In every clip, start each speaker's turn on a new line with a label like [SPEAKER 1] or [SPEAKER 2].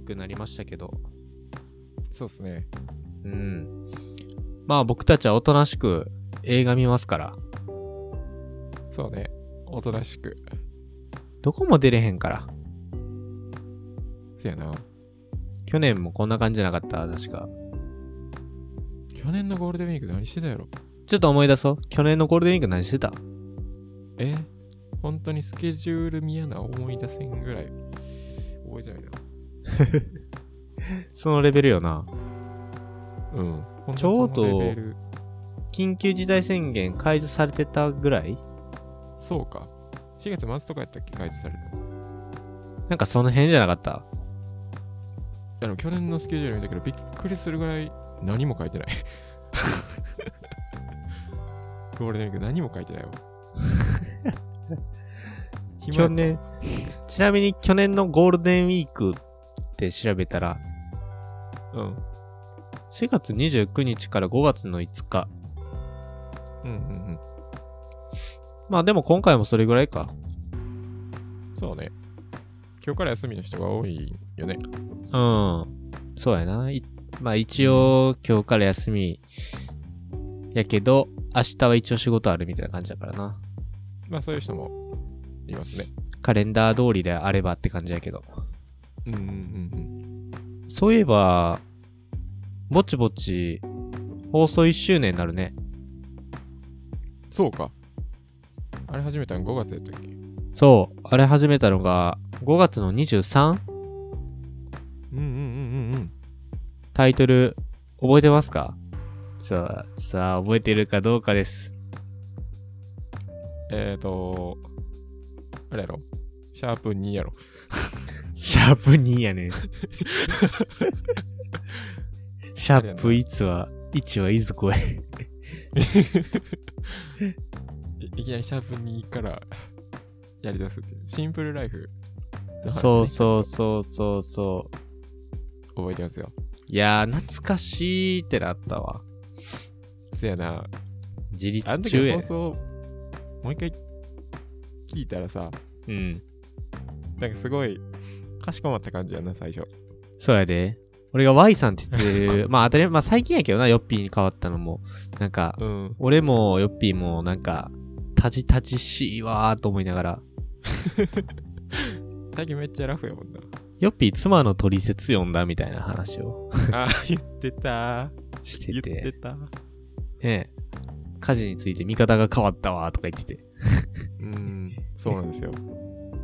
[SPEAKER 1] くなりましたけど、
[SPEAKER 2] そうっすね。
[SPEAKER 1] うん。まあ僕たちはおとなしく映画見ますから、
[SPEAKER 2] そうね。おとなしく。
[SPEAKER 1] どこも出れへんから。
[SPEAKER 2] せやな。
[SPEAKER 1] 去年もこんな感じじゃなかった、確か。
[SPEAKER 2] 去年のゴールデンウィーク何してたやろ
[SPEAKER 1] ちょっと思い出そう。去年のゴールデンウィーク何してた
[SPEAKER 2] え本当にスケジュール見やな思い出せんぐらい。覚えてないな。
[SPEAKER 1] そのレベルよな。
[SPEAKER 2] うん。ほんとに
[SPEAKER 1] ちょうど
[SPEAKER 2] そのレベル
[SPEAKER 1] 緊急事態宣言解除されてたぐらい
[SPEAKER 2] そうか。4月末とかやったっけ解除されたの。い
[SPEAKER 1] なんかその辺じゃなかった
[SPEAKER 2] やでも去年のスケジュール見たけど、びっくりするぐらい何も書いてない。 ゴールデンウィーク何も書い てないわ。暇
[SPEAKER 1] 去
[SPEAKER 2] やった
[SPEAKER 1] 年、ちなみに去年のゴールデンウィークって調べたら、
[SPEAKER 2] うん。
[SPEAKER 1] 4月29日から5月の5日。
[SPEAKER 2] うんうん
[SPEAKER 1] まあでも今回もそれぐらいか。
[SPEAKER 2] うん。そうね。今日から休みの人が多いよね。
[SPEAKER 1] うん。そうやな。いまあ一応今日から休みやけど、明日は一応仕事あるみたいな感じだからな。
[SPEAKER 2] まあそういう人もいますね。
[SPEAKER 1] カレンダー通りであればって感じやけど。
[SPEAKER 2] うんうんうん
[SPEAKER 1] そういえば、ぼちぼち放送1周年になるね。
[SPEAKER 2] うん。そうか。あれ始めたの5月やったっけうん
[SPEAKER 1] そう。あれ始めたのが5月の 23?
[SPEAKER 2] うんうんうんうん。
[SPEAKER 1] タイトル、覚えてますかさあ、さあ、覚えてるかどうかです。
[SPEAKER 2] えーと、あれやろ。シャープ2やろ。
[SPEAKER 1] シャープ2や ねん。シャープ1は、1はいずこへ。
[SPEAKER 2] いいきなりシャープ2から やり出すっていう。シンプルライフの話ね。
[SPEAKER 1] そうそう
[SPEAKER 2] ち
[SPEAKER 1] そうそうそう。
[SPEAKER 2] ょっと覚えてますよ。
[SPEAKER 1] いやー、懐かしいってなったわ。
[SPEAKER 2] せやな。
[SPEAKER 1] 自
[SPEAKER 2] あ
[SPEAKER 1] 立
[SPEAKER 2] の時
[SPEAKER 1] 中
[SPEAKER 2] の
[SPEAKER 1] や
[SPEAKER 2] 放。送、もう一回聞いたらさ、
[SPEAKER 1] うん。
[SPEAKER 2] なんかすごい、かしこまった感じやな、最初。
[SPEAKER 1] そうやで。俺が Y さんって言 ってる。まあ当たり前、まあ最近やけどな、ヨッピーに変わったのも。なんか、
[SPEAKER 2] うん。
[SPEAKER 1] 俺もヨッピーもなんか、たじたじしいわーと思いながら。
[SPEAKER 2] 最近めっちゃラフやもん な。
[SPEAKER 1] ヨッピー妻の取説読んだみたいな話を
[SPEAKER 2] あー、言ってたー。
[SPEAKER 1] して、
[SPEAKER 2] 言っててたー。
[SPEAKER 1] ねえ家事について見方が変わったわとか言ってて。
[SPEAKER 2] うん、そうなんですよ。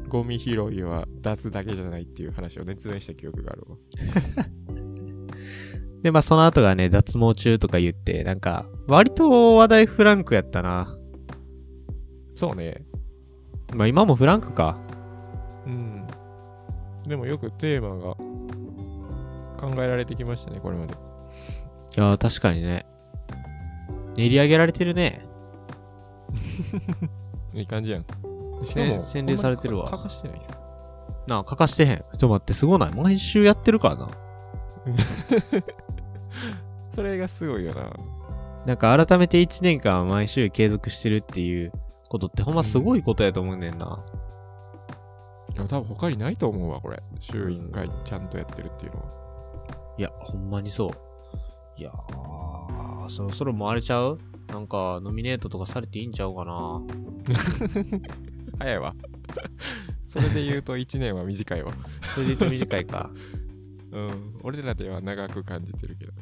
[SPEAKER 2] ゴミ拾いは出すだけじゃないっていう話を熱弁した記憶があるわ。
[SPEAKER 1] で、まあその後がね、脱毛中とか言って、なんか、割と話題フランクやったな。
[SPEAKER 2] そうね。
[SPEAKER 1] まあ今もフランクか。
[SPEAKER 2] うん。でもよくテーマが考えられてきましたね、これまで。
[SPEAKER 1] いやー確かにね。練り上げられてるね。
[SPEAKER 2] いい感じやん。しかも、
[SPEAKER 1] ね洗練されてるわ
[SPEAKER 2] ほんまにかかしてないっす。
[SPEAKER 1] なあ、欠かしてへん。ちょっと待って、すごない。毎週やってるからな。
[SPEAKER 2] それがすごいよな。
[SPEAKER 1] なんか改めて1年間毎週継続してるっていうことってほんますごいことやと思うねんな。
[SPEAKER 2] いや、多分他にないと思うわ、これ。週
[SPEAKER 1] うん
[SPEAKER 2] 1回ちゃんとやってるっていうのは。
[SPEAKER 1] いや、ほんまにそう。いやー、そろそろ回れちゃうなんか、ノミネートとかされていいんちゃうかな。
[SPEAKER 2] 早いわ。 それで言うと1年は短いわ。
[SPEAKER 1] それで言うと短いか。
[SPEAKER 2] うん。俺らでは長く感じてるけど。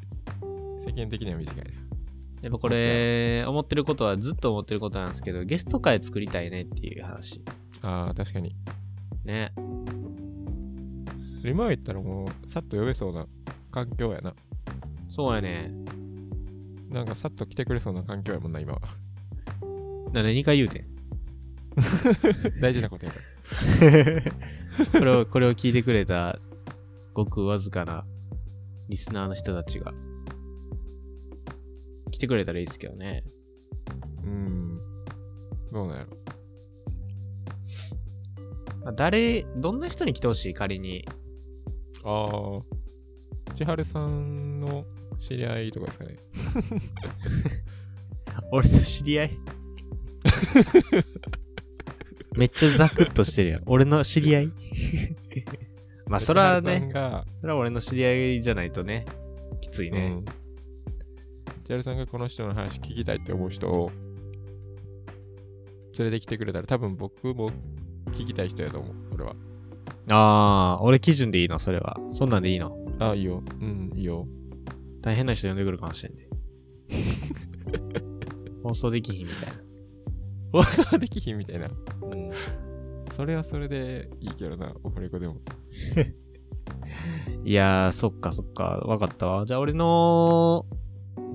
[SPEAKER 2] 世間的には短いな。
[SPEAKER 1] やっぱこれ、思ってることはずっと思ってることなんですけど、ゲスト会作りたいねっていう話。
[SPEAKER 2] ああ、確かに。
[SPEAKER 1] ね。
[SPEAKER 2] 今言ったらもう、さっと呼べそうな環境やな。
[SPEAKER 1] そうやね。
[SPEAKER 2] なんかさっと来てくれそうな環境やもんな、今は。
[SPEAKER 1] な、何回言うてん。
[SPEAKER 2] 大事なことやから。
[SPEAKER 1] これを、これを聞いてくれた、ごくわずかな、リスナーの人たちが、来てくれたらいいですけどね。
[SPEAKER 2] うーん。どうなんやろ。
[SPEAKER 1] まあ誰、どんな人に来てほしい仮に。
[SPEAKER 2] ああ、千春さんの知り合いとかですかね。
[SPEAKER 1] 俺の知 り合いめっちゃザクッとしてるやん。俺の知り合い まあ、それは
[SPEAKER 2] 千
[SPEAKER 1] ね、
[SPEAKER 2] 春さんが
[SPEAKER 1] それは俺の知り合いじゃないとね、きついね。
[SPEAKER 2] うん。千春さんがこの人の話聞きたいって思う人を連れてきてくれたら多分僕も聞きたい人やと思う、それは。
[SPEAKER 1] ああ、俺基準でいいの、それは。そんなんでいいの。
[SPEAKER 2] ああ、いいよ。うん、いい よ。
[SPEAKER 1] 大変な人呼んでくるかもしれん ね。放送できひんみたいな。
[SPEAKER 2] 放送できひんみたいな。
[SPEAKER 1] うん。
[SPEAKER 2] それはそれでいいけどな、オフレコでも。
[SPEAKER 1] いやー、そっかそっか、わかったわ。じゃあ俺の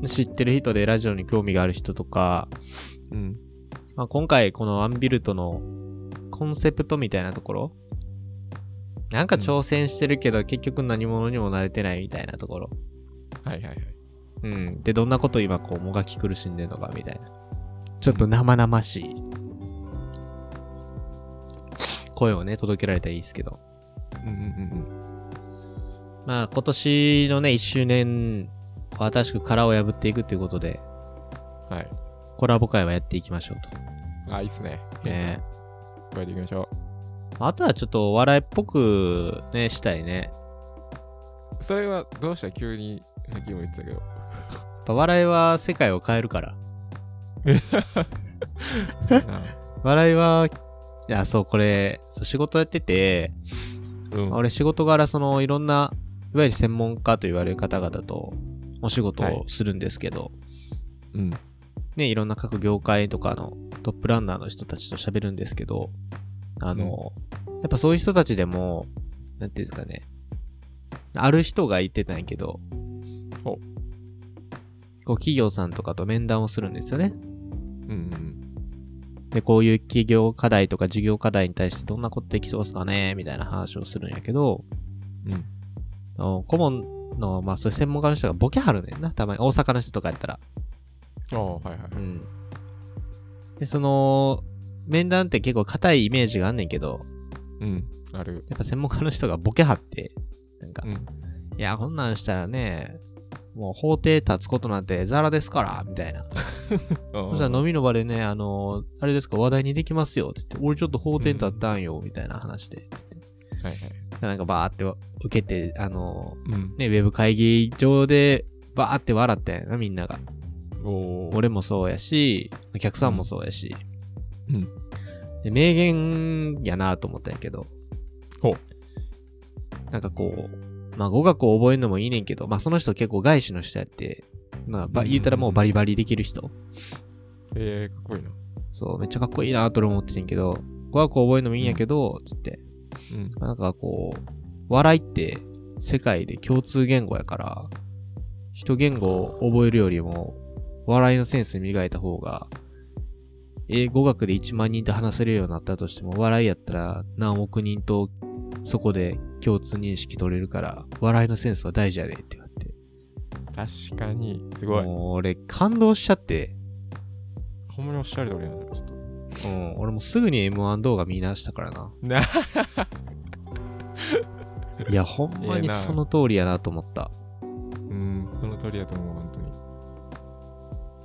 [SPEAKER 1] 知ってる人でラジオに興味がある人とか、
[SPEAKER 2] うん。
[SPEAKER 1] まあ、今回このアンビルトのコンセプトみたいなところなんか挑戦してるけど結局何者にもなれてないみたいなところ。
[SPEAKER 2] はいはいはい。
[SPEAKER 1] うん。で、どんなこと今こうもがき苦しんでんのかみたいな。ちょっと生々しい声をね、届けられたらいいですけど。
[SPEAKER 2] うんうん
[SPEAKER 1] まあ今年のね、1周年、新しく殻を破っていくということで、
[SPEAKER 2] うんうん。はい。
[SPEAKER 1] コラボ会はやっていきましょうと。
[SPEAKER 2] あ、いいっすね。
[SPEAKER 1] ね
[SPEAKER 2] これでいきましょ
[SPEAKER 1] あとはちょっとお笑いっぽくね、したいね。
[SPEAKER 2] う。それはどうした急に、さっきも言ってたけど。
[SPEAKER 1] やっぱ笑いは世界を変えるから。
[SPEAKER 2] あ
[SPEAKER 1] 笑いは、いや、そう、これ、そう仕事やってて、
[SPEAKER 2] うん
[SPEAKER 1] 俺仕事柄、その、いろんな、いわゆる専門家と言われる方々と、お仕事
[SPEAKER 2] はい
[SPEAKER 1] をするんですけど、
[SPEAKER 2] うん。
[SPEAKER 1] ね、いろんな各業界とかのトップランナーの人たちと喋るんですけど、あの、やっぱそういう人たちでも、なんていうんですかね、ある人が言ってたんやけど、
[SPEAKER 2] ほ
[SPEAKER 1] こう企業さんとかと面談をするんですよね。
[SPEAKER 2] うんうん
[SPEAKER 1] で、こういう企業課題とか事業課題に対してどんなことできそうですかねみたいな話をするんやけど、
[SPEAKER 2] うん。うん。
[SPEAKER 1] あの顧問の、まあそういう専門家の人がボケはるねんな。たまに大阪の人とかやったら。
[SPEAKER 2] ああ、はいはいは
[SPEAKER 1] う
[SPEAKER 2] い。
[SPEAKER 1] ん。で、その、面談って結構硬いイメージがあんねんけど、
[SPEAKER 2] うん。ある。
[SPEAKER 1] やっぱ専門家の人がボケはって、なんか、
[SPEAKER 2] うん。
[SPEAKER 1] いや、こんなんしたらね、もう法廷立つことなんてザラですから、みたいな。そしたら飲みの場でね、あの、あれですか、話題にできますよ、って言って、俺ちょっと法廷立ったんよ、みたいな話で。
[SPEAKER 2] はいはい。
[SPEAKER 1] なんかバーって受けて、あの
[SPEAKER 2] うん。
[SPEAKER 1] ね、ウェブ会議上でバーって笑ったんやな、みんなが。
[SPEAKER 2] おお。
[SPEAKER 1] 俺もそうやし、お客さんもそうやし。
[SPEAKER 2] うん
[SPEAKER 1] で名言やなと思ったんやけど。
[SPEAKER 2] ほう
[SPEAKER 1] なんかこう、まあ語学を覚えるのもいいねんけど、まあその人結構外資の人やって、まあば
[SPEAKER 2] うん
[SPEAKER 1] 言ったらもうバリバリできる人。
[SPEAKER 2] えー、かっこいいな。
[SPEAKER 1] そう、めっちゃかっこいいなと俺思っててんけど、語学を覚えるのもいいんやけど、つって、
[SPEAKER 2] うん。
[SPEAKER 1] まあなんかこう、笑いって世界で共通言語やから、一言語を覚えるよりも、笑いのセンス磨いた方が、英語学で1万人と話せるようになったとしても、笑いやったら何億人とそこで共通認識取れるから、笑いのセンスは大事やでって言われて。
[SPEAKER 2] 確かに、すごい。
[SPEAKER 1] もう俺感動しちゃって、
[SPEAKER 2] ほんまにおっしゃる通りやな、ちょっと。
[SPEAKER 1] うん、俺もうすぐに M1 動画見出したから な。
[SPEAKER 2] な
[SPEAKER 1] いや、ほんま
[SPEAKER 2] ええ
[SPEAKER 1] に
[SPEAKER 2] な
[SPEAKER 1] その通りやなと思った。
[SPEAKER 2] うん、その通りだと思う、本当に。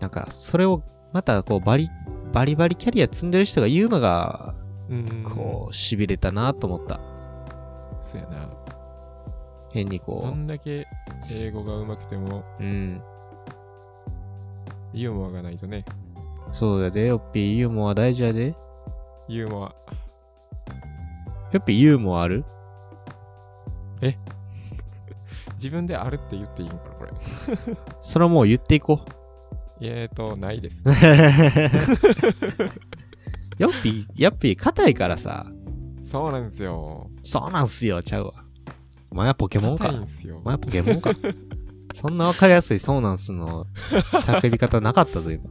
[SPEAKER 1] なんか、それを、また、こう、バリ、バリバリキャリア積んでる人が言うのが、
[SPEAKER 2] うん
[SPEAKER 1] こう、痺れたなと思った。
[SPEAKER 2] うん。そうやな。
[SPEAKER 1] 変に
[SPEAKER 2] ど
[SPEAKER 1] こ
[SPEAKER 2] んだけ英語が上手くても、
[SPEAKER 1] う、うん。
[SPEAKER 2] ユーモアがないとね、
[SPEAKER 1] そうやで、ヨッピー、ユーモア大事やで。
[SPEAKER 2] ユーモア、
[SPEAKER 1] ヨッピー、ユーモアある
[SPEAKER 2] 自分であるって言っていいんかな、これ。
[SPEAKER 1] それはもう言っていこ う。
[SPEAKER 2] えーと、ない です。
[SPEAKER 1] ヨッピー、ヨッピー、硬いからさ、
[SPEAKER 2] そうなんですよ。
[SPEAKER 1] そうなんすよ、ちゃうわ。お前はポケモン
[SPEAKER 2] 硬
[SPEAKER 1] か
[SPEAKER 2] い。んですよ
[SPEAKER 1] お。前はポケモンか。 そんなわかりやすい、そうなんすの、叫び方なかったぞ、今。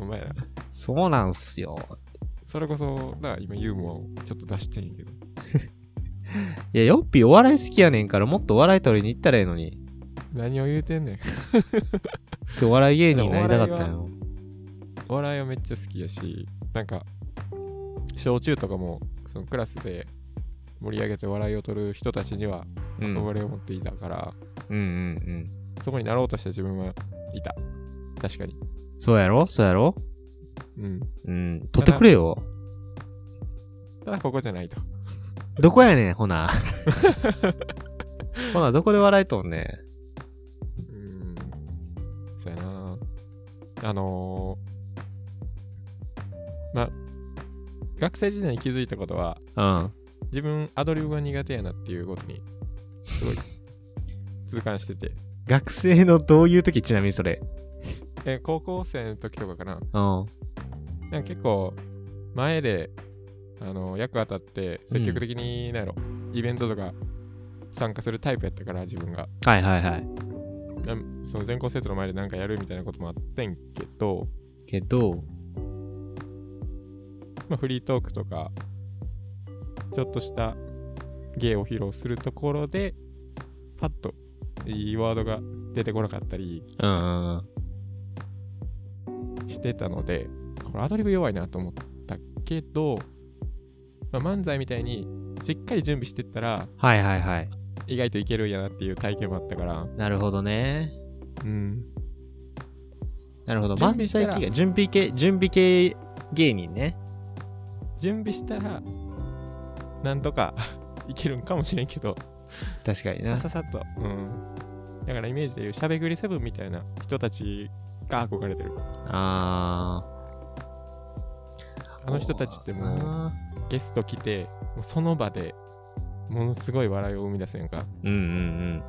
[SPEAKER 2] お前ら。
[SPEAKER 1] そうなんすよ。
[SPEAKER 2] それこそ、な、今ユーモアをちょっと出してんけど。
[SPEAKER 1] いや、ヨッピーお笑い好きやねんから、もっとお笑い取りに行ったらええのに。
[SPEAKER 2] 何を言うてんねん。
[SPEAKER 1] でお笑い芸人になりたかったんよ。
[SPEAKER 2] お笑いはめっちゃ好きやし、なんか、小中とかも、そのクラスで盛り上げて笑いを取る人たちには、
[SPEAKER 1] うん、うん
[SPEAKER 2] 憧れを持っていたから、
[SPEAKER 1] うんうん。
[SPEAKER 2] そこになろうとした自分はいた。確かに。
[SPEAKER 1] そうやろそうやろ
[SPEAKER 2] うん。
[SPEAKER 1] うん。取ってくれよ。
[SPEAKER 2] ただここじゃないと。
[SPEAKER 1] どこやねん、ほ な。ほな、どこで笑いとんねん。
[SPEAKER 2] うん。そうやな。あのー、まあ、学生時代に気づいたことは、
[SPEAKER 1] うん。
[SPEAKER 2] 自分アドリブが苦手やなっていうことに、すごい、 痛感してて。
[SPEAKER 1] 学生のどういう時ちなみにそれ。
[SPEAKER 2] え、高校生の時とかか
[SPEAKER 1] う
[SPEAKER 2] な。
[SPEAKER 1] ん。
[SPEAKER 2] なんか結構、前で、あの、役当たって、積極的に、なんやろ、イベントとか参加するタイプやったから、自分が。
[SPEAKER 1] はいはいはい。
[SPEAKER 2] なんその全校生徒の前でなんかやるみたいなこともあってんけど、
[SPEAKER 1] けど、
[SPEAKER 2] まあ、フリートークとかちょっとした芸を披露するところでパッといいワードが出てこなかったり
[SPEAKER 1] うんうんうん。
[SPEAKER 2] してたのでこれアドリブ弱いなと思ったけど、まあ、漫才みたいにしっかり準備してったら
[SPEAKER 1] はいはいはい。
[SPEAKER 2] 意外といけるんやなっていう体験もあったから、
[SPEAKER 1] なるほどね。
[SPEAKER 2] うん、
[SPEAKER 1] なるほど。
[SPEAKER 2] 準備
[SPEAKER 1] 漫
[SPEAKER 2] した
[SPEAKER 1] 才
[SPEAKER 2] ら
[SPEAKER 1] 系が、準備系、準備系芸人ね。
[SPEAKER 2] 準備したらなんとか いけるんかもしれんけど
[SPEAKER 1] 確かに
[SPEAKER 2] さ
[SPEAKER 1] な。
[SPEAKER 2] ささっと、うん、だからイメージでいうしゃべくりセブンみたいな人たちが憧れてる
[SPEAKER 1] あー。
[SPEAKER 2] あの人たちってもう
[SPEAKER 1] あ
[SPEAKER 2] ゲスト来てもうその場でものすごい笑いを生み出すやんか
[SPEAKER 1] ー。うんうん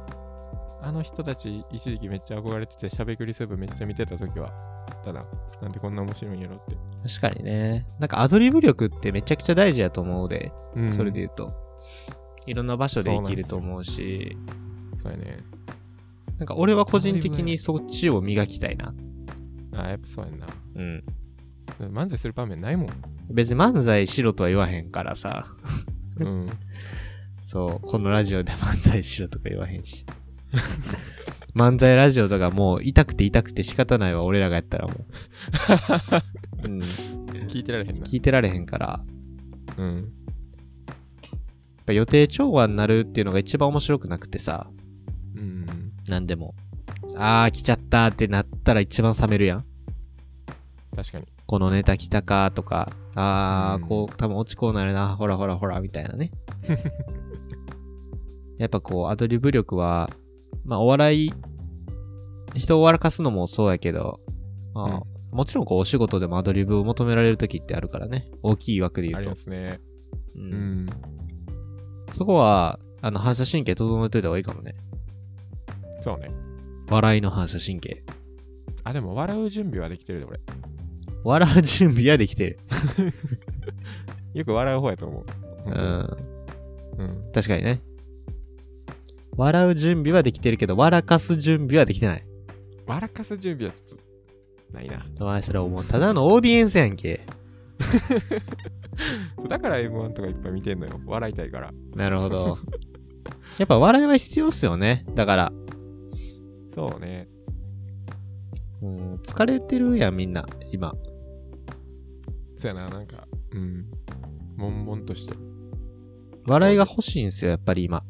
[SPEAKER 2] あの人たち一時期めっちゃ憧れててしゃべくりセブンめっちゃ見てた時はあったななんでこんな面白いんやろって、
[SPEAKER 1] うん。確かにね。なんかアドリブ力ってめちゃくちゃ大事やと思うで、
[SPEAKER 2] うん
[SPEAKER 1] それで言うと。いろんな場所で生きると思うし、
[SPEAKER 2] そうやね
[SPEAKER 1] なんか俺は個人的にそっちを磨きたいな。
[SPEAKER 2] あやっぱそうやんな
[SPEAKER 1] うん。
[SPEAKER 2] 漫才する場面ないもん、
[SPEAKER 1] 別に漫才しろとは言わへんからさ。
[SPEAKER 2] うん、
[SPEAKER 1] そう、このラジオで漫才しろとか言わへんし。漫才ラジオとかもう痛くて痛くて仕方ないわ、俺らがやったらもう。うん、
[SPEAKER 2] 聞いてられへんな、
[SPEAKER 1] 聞いてられへんから。
[SPEAKER 2] うん、
[SPEAKER 1] やっぱ予定調和になるっていうのが一番面白くなくてさ、
[SPEAKER 2] うん
[SPEAKER 1] なんでも。あー、来ちゃったってなったら一番冷めるやん。
[SPEAKER 2] 確かに
[SPEAKER 1] このネタ来たかとか、あー、
[SPEAKER 2] うん
[SPEAKER 1] こう、多分落ちこうなるな、ほらほらほら、みたいな ね。やっぱこう、アドリブ力は、まあ、お笑い、人を笑かすのもそうやけど、まあ、もちろんこう、お仕事でもアドリブを求められる時ってあるからね。大きい枠で言
[SPEAKER 2] あ
[SPEAKER 1] う
[SPEAKER 2] り
[SPEAKER 1] と
[SPEAKER 2] ま。すね
[SPEAKER 1] う
[SPEAKER 2] うんん
[SPEAKER 1] そこは、あの、反射神経整えといた方がいいかもね。
[SPEAKER 2] そうね
[SPEAKER 1] 笑いの反射神経。
[SPEAKER 2] あでも笑う準備はできてるで俺
[SPEAKER 1] 笑う準備はできてる。
[SPEAKER 2] よく笑う方やと思う
[SPEAKER 1] う
[SPEAKER 2] 本
[SPEAKER 1] ん。
[SPEAKER 2] 当にうん
[SPEAKER 1] 確かにね。笑う準備はできてるけど、笑かす準備はできてない。
[SPEAKER 2] 笑かす準備はちょっとないな
[SPEAKER 1] お前それもうただのオーディエンスやんけ。
[SPEAKER 2] そうだから M1 とかいっぱい見てんのよ。笑いたいから。
[SPEAKER 1] なるほど。 やっぱ笑いは必要っすよね。だから、
[SPEAKER 2] そうね。
[SPEAKER 1] うん、疲れてるやんみんな、今。
[SPEAKER 2] そうやな、なんか、うん。悶々としてる。
[SPEAKER 1] 笑いが欲しいんすよ、やっぱり今。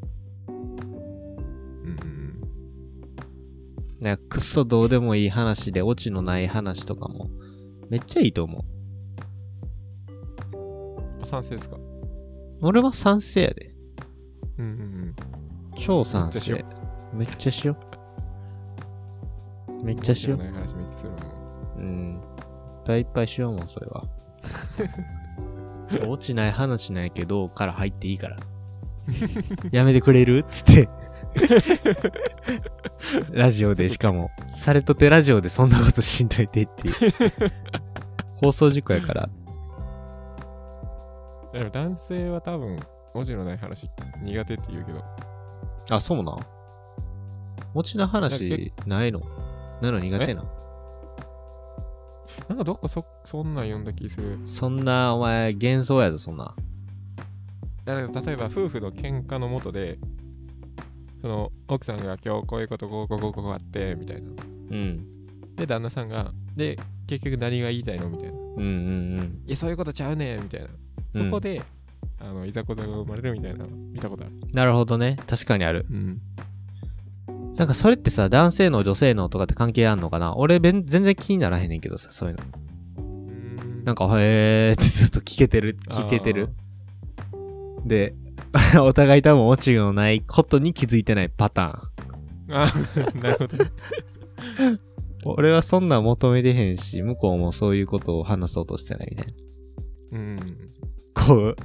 [SPEAKER 2] うんうん
[SPEAKER 1] なんかくっそどうでもいい話で、オチのない話とかも、めっちゃいいと思う。
[SPEAKER 2] うん。あ、賛成ですか
[SPEAKER 1] 俺は賛成やで。
[SPEAKER 2] うんうん
[SPEAKER 1] 超賛
[SPEAKER 2] めっちゃしよ
[SPEAKER 1] 成。めっちゃしよう。めっちゃしよ
[SPEAKER 2] う。。
[SPEAKER 1] うん
[SPEAKER 2] ない話めっちゃするもん。
[SPEAKER 1] うん。いっぱいいっぱいしようもん、それ は。落ちない話なんやけど、から入っていいから。やめてくれるつって。ラジオで、しかも、されとてラジオでそんなことしんといてっていう。放送事故やから。
[SPEAKER 2] でも男性は多分、文字のない話苦手って言うけど、
[SPEAKER 1] あ、そうなん落ちの話ないのないの苦手な。
[SPEAKER 2] なんかどっかそ、そんなん読んだ気する。
[SPEAKER 1] そんな、お前、幻想やぞ、そんな。
[SPEAKER 2] だから例えば、夫婦の喧嘩のもとで、その、奥さんが今日こういうこと、こうこうこうこうあって、みたいな。
[SPEAKER 1] うん。
[SPEAKER 2] で、旦那さんが、で、結局何が言いたいのみたい
[SPEAKER 1] う
[SPEAKER 2] な。
[SPEAKER 1] んうん
[SPEAKER 2] いや、そういうことちゃうねんみたいな。
[SPEAKER 1] うん。
[SPEAKER 2] そこで、あのいざこざが生まれるみたいな見たことある。
[SPEAKER 1] うん。なるほどね。確かにある。
[SPEAKER 2] うん。
[SPEAKER 1] なんかそれってさ、男性の女性のとかって関係あんのかな俺べん全然気にならへんねんけどさ、そういうの。
[SPEAKER 2] ん
[SPEAKER 1] なんか、へーってずっと聞けてる、聞けてる。で、 お互い多分落ちのないことに気づいてないパターン。
[SPEAKER 2] あ なるほど。
[SPEAKER 1] 俺はそんなん求めてへんし、向こうもそういうことを話そうとしてないみたい
[SPEAKER 2] うん。
[SPEAKER 1] な。こう、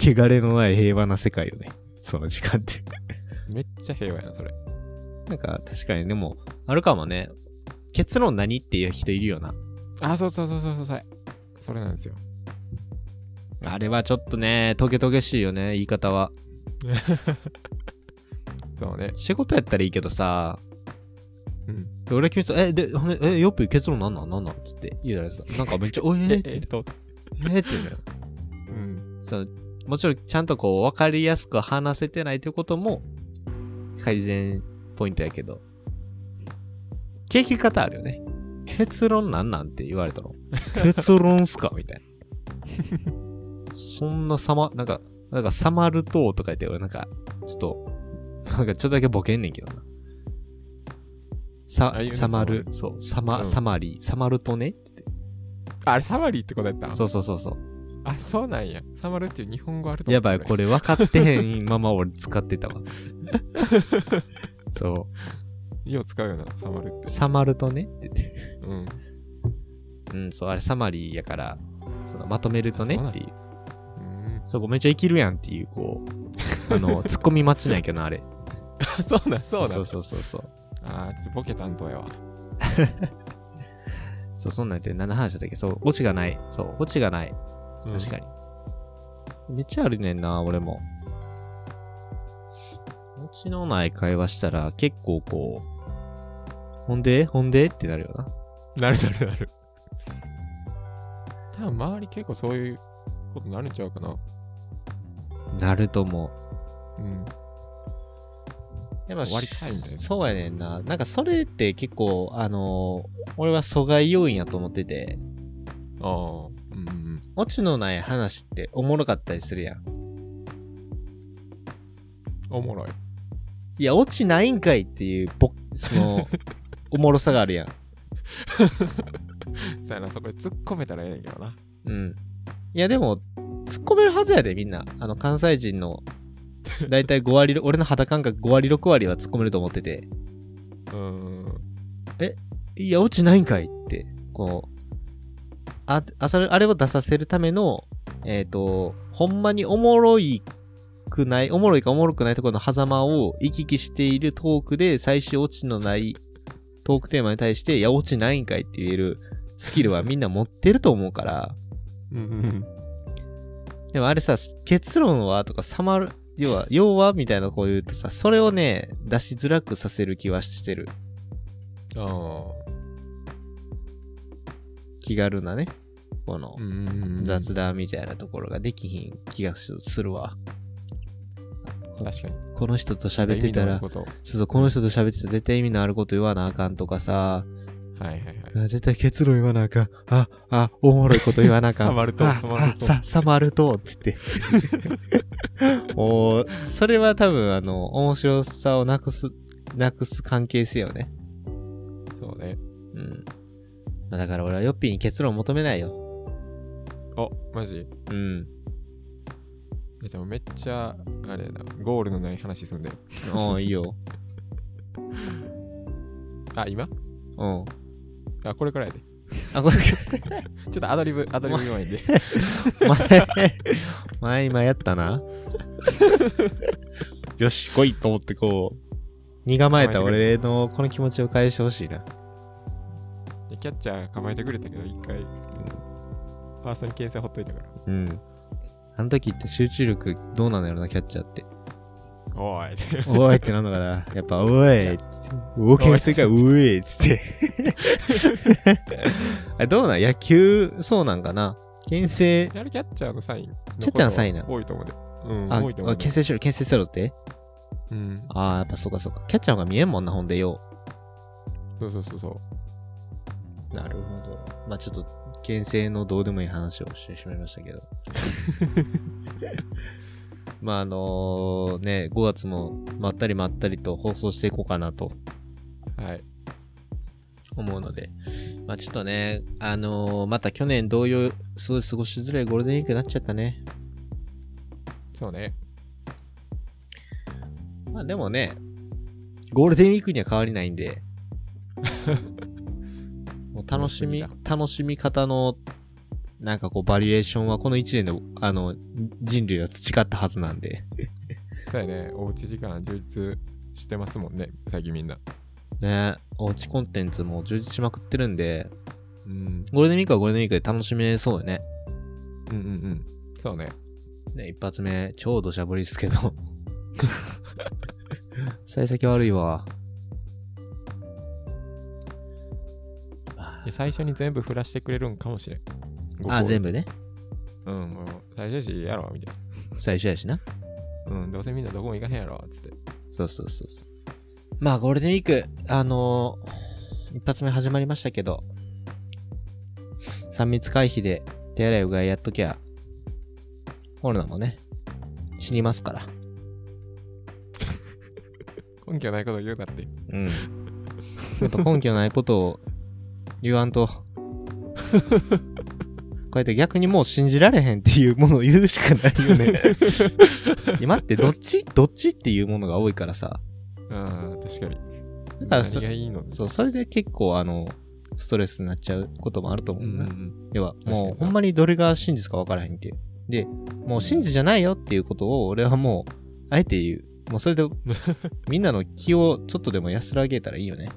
[SPEAKER 1] 汚れのない平和な世界よね。その時間って。
[SPEAKER 2] めっちゃ平和やな、それ。
[SPEAKER 1] なんか、確かに、でも、あるかもね。結論何っていう人いるよな。
[SPEAKER 2] あ、そうそうそうそうそう、それ。それなんですよ。
[SPEAKER 1] あれはちょっとね、トゲトゲしいよね、言い方は。
[SPEAKER 2] そうね。
[SPEAKER 1] 仕事やったらいいけどさ、
[SPEAKER 2] うん。
[SPEAKER 1] で俺君と、え、で、ほんでえ、よっぴ結論なんなんなんなんつって言うたらさ、なんかめっちゃ、おえー、って、
[SPEAKER 2] と。
[SPEAKER 1] えー、って言うのよ。
[SPEAKER 2] うん。
[SPEAKER 1] そのもちろんちゃんとこう分かりやすく話せてないってことも改善ポイントやけど聞き方あるよね結論なんなんて言われ たの結論っすかみたいなそんなさまなんかなんかサマルととか言って俺なんかちょっとなんかちょっとだけボケんねんけどなさ
[SPEAKER 2] あいいよね
[SPEAKER 1] サマル
[SPEAKER 2] サマ
[SPEAKER 1] そうサマ、
[SPEAKER 2] うん
[SPEAKER 1] サマリサマルとねって言って
[SPEAKER 2] ああれ、サマリーってことやった
[SPEAKER 1] そうそうそうそう
[SPEAKER 2] あ、そうなんや。サマルっていう日本語あると思
[SPEAKER 1] や
[SPEAKER 2] ってた
[SPEAKER 1] ばい、これ分かってへんまま俺使って たわ。そ
[SPEAKER 2] よう使うよな、サマルっ
[SPEAKER 1] う。
[SPEAKER 2] て。
[SPEAKER 1] サマるとねって言って。
[SPEAKER 2] うん。
[SPEAKER 1] うん、そう、あれサマリーやから、そのまとめるとね
[SPEAKER 2] あそうなん
[SPEAKER 1] っていう。
[SPEAKER 2] うん。
[SPEAKER 1] そこめっちゃ生きるやんっていう、こ う、あの、ツッコミ待ちなんやけどな、あれ。
[SPEAKER 2] あ、 そうなん、そうなん。
[SPEAKER 1] そうそうそうそう。
[SPEAKER 2] あー、ちょっとボケ担当やわ。
[SPEAKER 1] そう、そんなんやって何の話だったっけそう、オチがない。そう、オチがない。確かに。めっちゃあるねんな、俺も。オチのない会話したら、結構こう、ほんでほんでってなるよな。
[SPEAKER 2] に。なるなるなる。多分周り結構そういうことなるんちゃうかな。
[SPEAKER 1] なると思う。
[SPEAKER 2] うん。
[SPEAKER 1] でも
[SPEAKER 2] 終わりたいみたいな
[SPEAKER 1] そうやねんな。なんかそれって結構、あのー俺は阻害要因やと思ってて、
[SPEAKER 2] ああ。うんうん。
[SPEAKER 1] オチのない話っておもろかったりするやん。
[SPEAKER 2] おもろい。
[SPEAKER 1] いや、オチないんかいっていう、ぼそ の、おもろさがあるやん。
[SPEAKER 2] そうやな、そこで突っ込めたらええねんけどな。
[SPEAKER 1] うん。いや、でも、突っ込めるはずやで、みんな。あの、関西人の、だいたい5割、俺の肌感覚5割、6割は突っ込めると思ってて、
[SPEAKER 2] うん。
[SPEAKER 1] いや、オチないんかいって、こう、あ、あ、それ、あれを出させるための、えっ、と、ほんまにおもろいくない、おもろいかおもろくないところの狭間を行き来しているトークで、最終オチのないトークテーマに対して、いや、オチないんかいって言えるスキルはみんな持ってると思うから、
[SPEAKER 2] うんうん。
[SPEAKER 1] でもあれさ、結論はとか、さまる、要は、要はみたいなこう言うとさ、それをね、出しづらくさせる気はしてる。
[SPEAKER 2] ああ。
[SPEAKER 1] 気軽なね。この、
[SPEAKER 2] うんうんうん。
[SPEAKER 1] 雑談みたいなところができひん気がするわ。
[SPEAKER 2] 確かに。
[SPEAKER 1] この人と喋ってた
[SPEAKER 2] 意味のある
[SPEAKER 1] ら、
[SPEAKER 2] こと
[SPEAKER 1] そうそう、この人と喋ってたら絶対意味のあること言わなあかんとかさ、
[SPEAKER 2] はいはいはい。
[SPEAKER 1] あ絶対結論言わなあかん。あ、あ、おもろいこと言わなあ かん。
[SPEAKER 2] サマルと
[SPEAKER 1] あ
[SPEAKER 2] サマルと
[SPEAKER 1] あさ、サマルと、つ って。もう、それは多分、あの、面白さをなくす、なくす関係性よね。
[SPEAKER 2] そうね。
[SPEAKER 1] うん。まあだから俺はヨッピーに結論求めないよ。
[SPEAKER 2] お、マジ
[SPEAKER 1] うん。
[SPEAKER 2] えでもめっちゃ、あれやな、ゴールのない話すんだよ。
[SPEAKER 1] おういいよ。
[SPEAKER 2] あ、今
[SPEAKER 1] うん。
[SPEAKER 2] あ、これからやで。ち
[SPEAKER 1] あ、これ、
[SPEAKER 2] ょっとアドリブ、アドリブ弱い んで。
[SPEAKER 1] 前、 前今やったな。 よし、来いと思ってこう、身構えた俺のこの気持ちを返してほしいな。
[SPEAKER 2] でキャッチャー構えてくれたけど、一回、パーソン形成ほっといたか
[SPEAKER 1] うん。あの時って集中力どうなんだろうな、キャッチャーって。
[SPEAKER 2] ら。おい。
[SPEAKER 1] おいってなんのか な。やっぱ、おいっつって。冒険の世界、おいっつって。 あれどうなん野球、そうなんかな。牽制、
[SPEAKER 2] やるキャッチャーのサイン。
[SPEAKER 1] キャッチャーのサインなの
[SPEAKER 2] 多いと思うで。うん、
[SPEAKER 1] あ、
[SPEAKER 2] 多いと思う
[SPEAKER 1] あ
[SPEAKER 2] で
[SPEAKER 1] 牽。制しろ、牽制せろって。
[SPEAKER 2] うん。
[SPEAKER 1] ああ、やっぱそうかそうか。キャッチャーの方が見えんもんな、ほんでよう。
[SPEAKER 2] そうそうそうそう。
[SPEAKER 1] なるほど。まあちょっと、牽制のどうでもいい話をしてしまいましたけど。 まああのね、5月もまったりまったりと放送していこうかなと
[SPEAKER 2] はい。
[SPEAKER 1] 思うので、まあちょっとね、あのーまた去年同様、すごい過ごしづらいゴールデンウィークになっちゃったね。
[SPEAKER 2] そうね。
[SPEAKER 1] まあでもね、ゴールデンウィークには変わりないん で、もう楽しみ
[SPEAKER 2] 楽、
[SPEAKER 1] 楽しみ方の、なんかこうバリエーションはこの1年で、あの、人類は培ったはずなんで、
[SPEAKER 2] そうやね、おうち時間充実してますもんね、最近みんな。
[SPEAKER 1] ね、おうちコンテンツも充実しまくってるんで、
[SPEAKER 2] うん。
[SPEAKER 1] ゴールデンウィークはゴールデンウィークで楽しめそうよね。
[SPEAKER 2] うんうんうん。そうね。
[SPEAKER 1] ね、一発目、超土砂降りですけど。 幸先悪いわ。
[SPEAKER 2] で最初に全部振らしてくれるんかもしれん。
[SPEAKER 1] あ、全
[SPEAKER 2] 部。
[SPEAKER 1] 部ね。
[SPEAKER 2] うん、もう最初やしやろ、みたい
[SPEAKER 1] 最初やしな。
[SPEAKER 2] な。うん、どうせみんなどこも行かへんやろ、つって。
[SPEAKER 1] そうそうそうそう。まあ、ゴールデンウィーク、あのー一発目始まりましたけど、3密回避で手洗いうがいやっときゃ、コロナもね、死にますから。
[SPEAKER 2] 根拠ないこと言うなって。
[SPEAKER 1] うん。やっぱ根拠ないことを言わんと。こうやって逆にもう信じられへんっていうものを言うしかないよ ね。いや待って、どっちどっちっていうものが多いからさ。
[SPEAKER 2] うん、確かに。
[SPEAKER 1] だからそ
[SPEAKER 2] 何がいいのって
[SPEAKER 1] そう、それで結構あの、ストレスになっちゃうこともあると思
[SPEAKER 2] う
[SPEAKER 1] うんん
[SPEAKER 2] う
[SPEAKER 1] だ
[SPEAKER 2] ん
[SPEAKER 1] な。
[SPEAKER 2] うん。
[SPEAKER 1] 要は、
[SPEAKER 2] かにな
[SPEAKER 1] もうほんまにどれが真実かわからへんっていう。で、もう真実じゃないよっていうことを俺はもう、あえて言う。もうそれ で、みんなの気をちょっとでも安らげたらいいよね。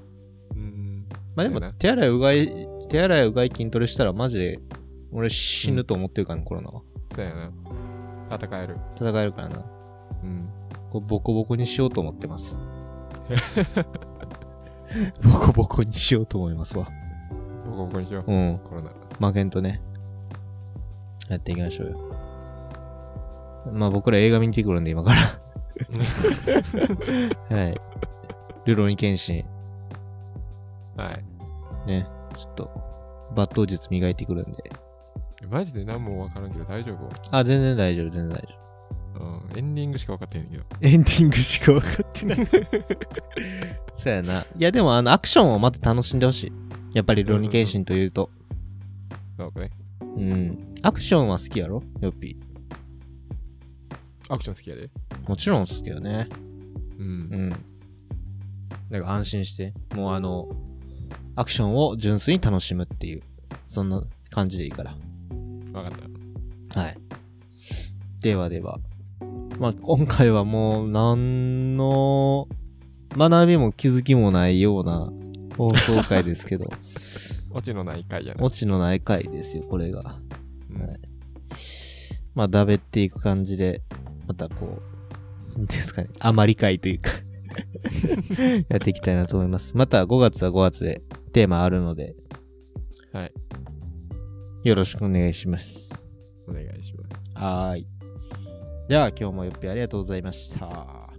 [SPEAKER 2] うん
[SPEAKER 1] まあでも
[SPEAKER 2] そうやな
[SPEAKER 1] 手洗いうがい、手洗いうがい筋トレしたらマジで俺死ぬと思ってるからね、コロナは。
[SPEAKER 2] そうやな。戦える。
[SPEAKER 1] 戦えるからな。
[SPEAKER 2] うん。
[SPEAKER 1] こうボコボコにしようと思って ます。ボコボコにしようと思いますわ。
[SPEAKER 2] ボコボコにしよう。
[SPEAKER 1] うん。
[SPEAKER 2] コ ロナ。
[SPEAKER 1] 負けんとね。やっていきましょうよ。まあ僕ら映画見に来てくるんで今から。はい。ルロニケンシン。
[SPEAKER 2] はい。
[SPEAKER 1] ね。ちょっと、抜刀術磨いてくるんで。
[SPEAKER 2] マジで何もわからんけど大丈夫
[SPEAKER 1] あ、全然大丈夫、全然大丈夫。
[SPEAKER 2] うん。エンディングしか分かってへんねんけど。
[SPEAKER 1] エンディングしか分かってない。 そうやな。いや、でも、あの、アクションをまず楽しんでほしい。やっぱり、ロニケンシンというと。
[SPEAKER 2] なんかね。
[SPEAKER 1] うん。アクションは好きやろヨッピ
[SPEAKER 2] アクション好きやで。
[SPEAKER 1] ー。もちろん好きよね。
[SPEAKER 2] う。
[SPEAKER 1] うんん。だから安心して。もうあの、アクションを純粋に楽しむっていう。そんな感じでいいから。
[SPEAKER 2] わかった。
[SPEAKER 1] はい。ではでは。まあ、今回はもう、何の、学びも気づきもないような放送回です けど、
[SPEAKER 2] オチのない回やな。
[SPEAKER 1] オチのない回ですよ、これが。
[SPEAKER 2] うん
[SPEAKER 1] はいまあ、だべっていく感じで、またこう、なんていうんですかね、余り回と いうか、やっていきたいなと思います。また5月は5月でテーマあるので、
[SPEAKER 2] はい。
[SPEAKER 1] よろしくお願いします。
[SPEAKER 2] お願いします。
[SPEAKER 1] はーい。では、今日もよっぴありがとうございました。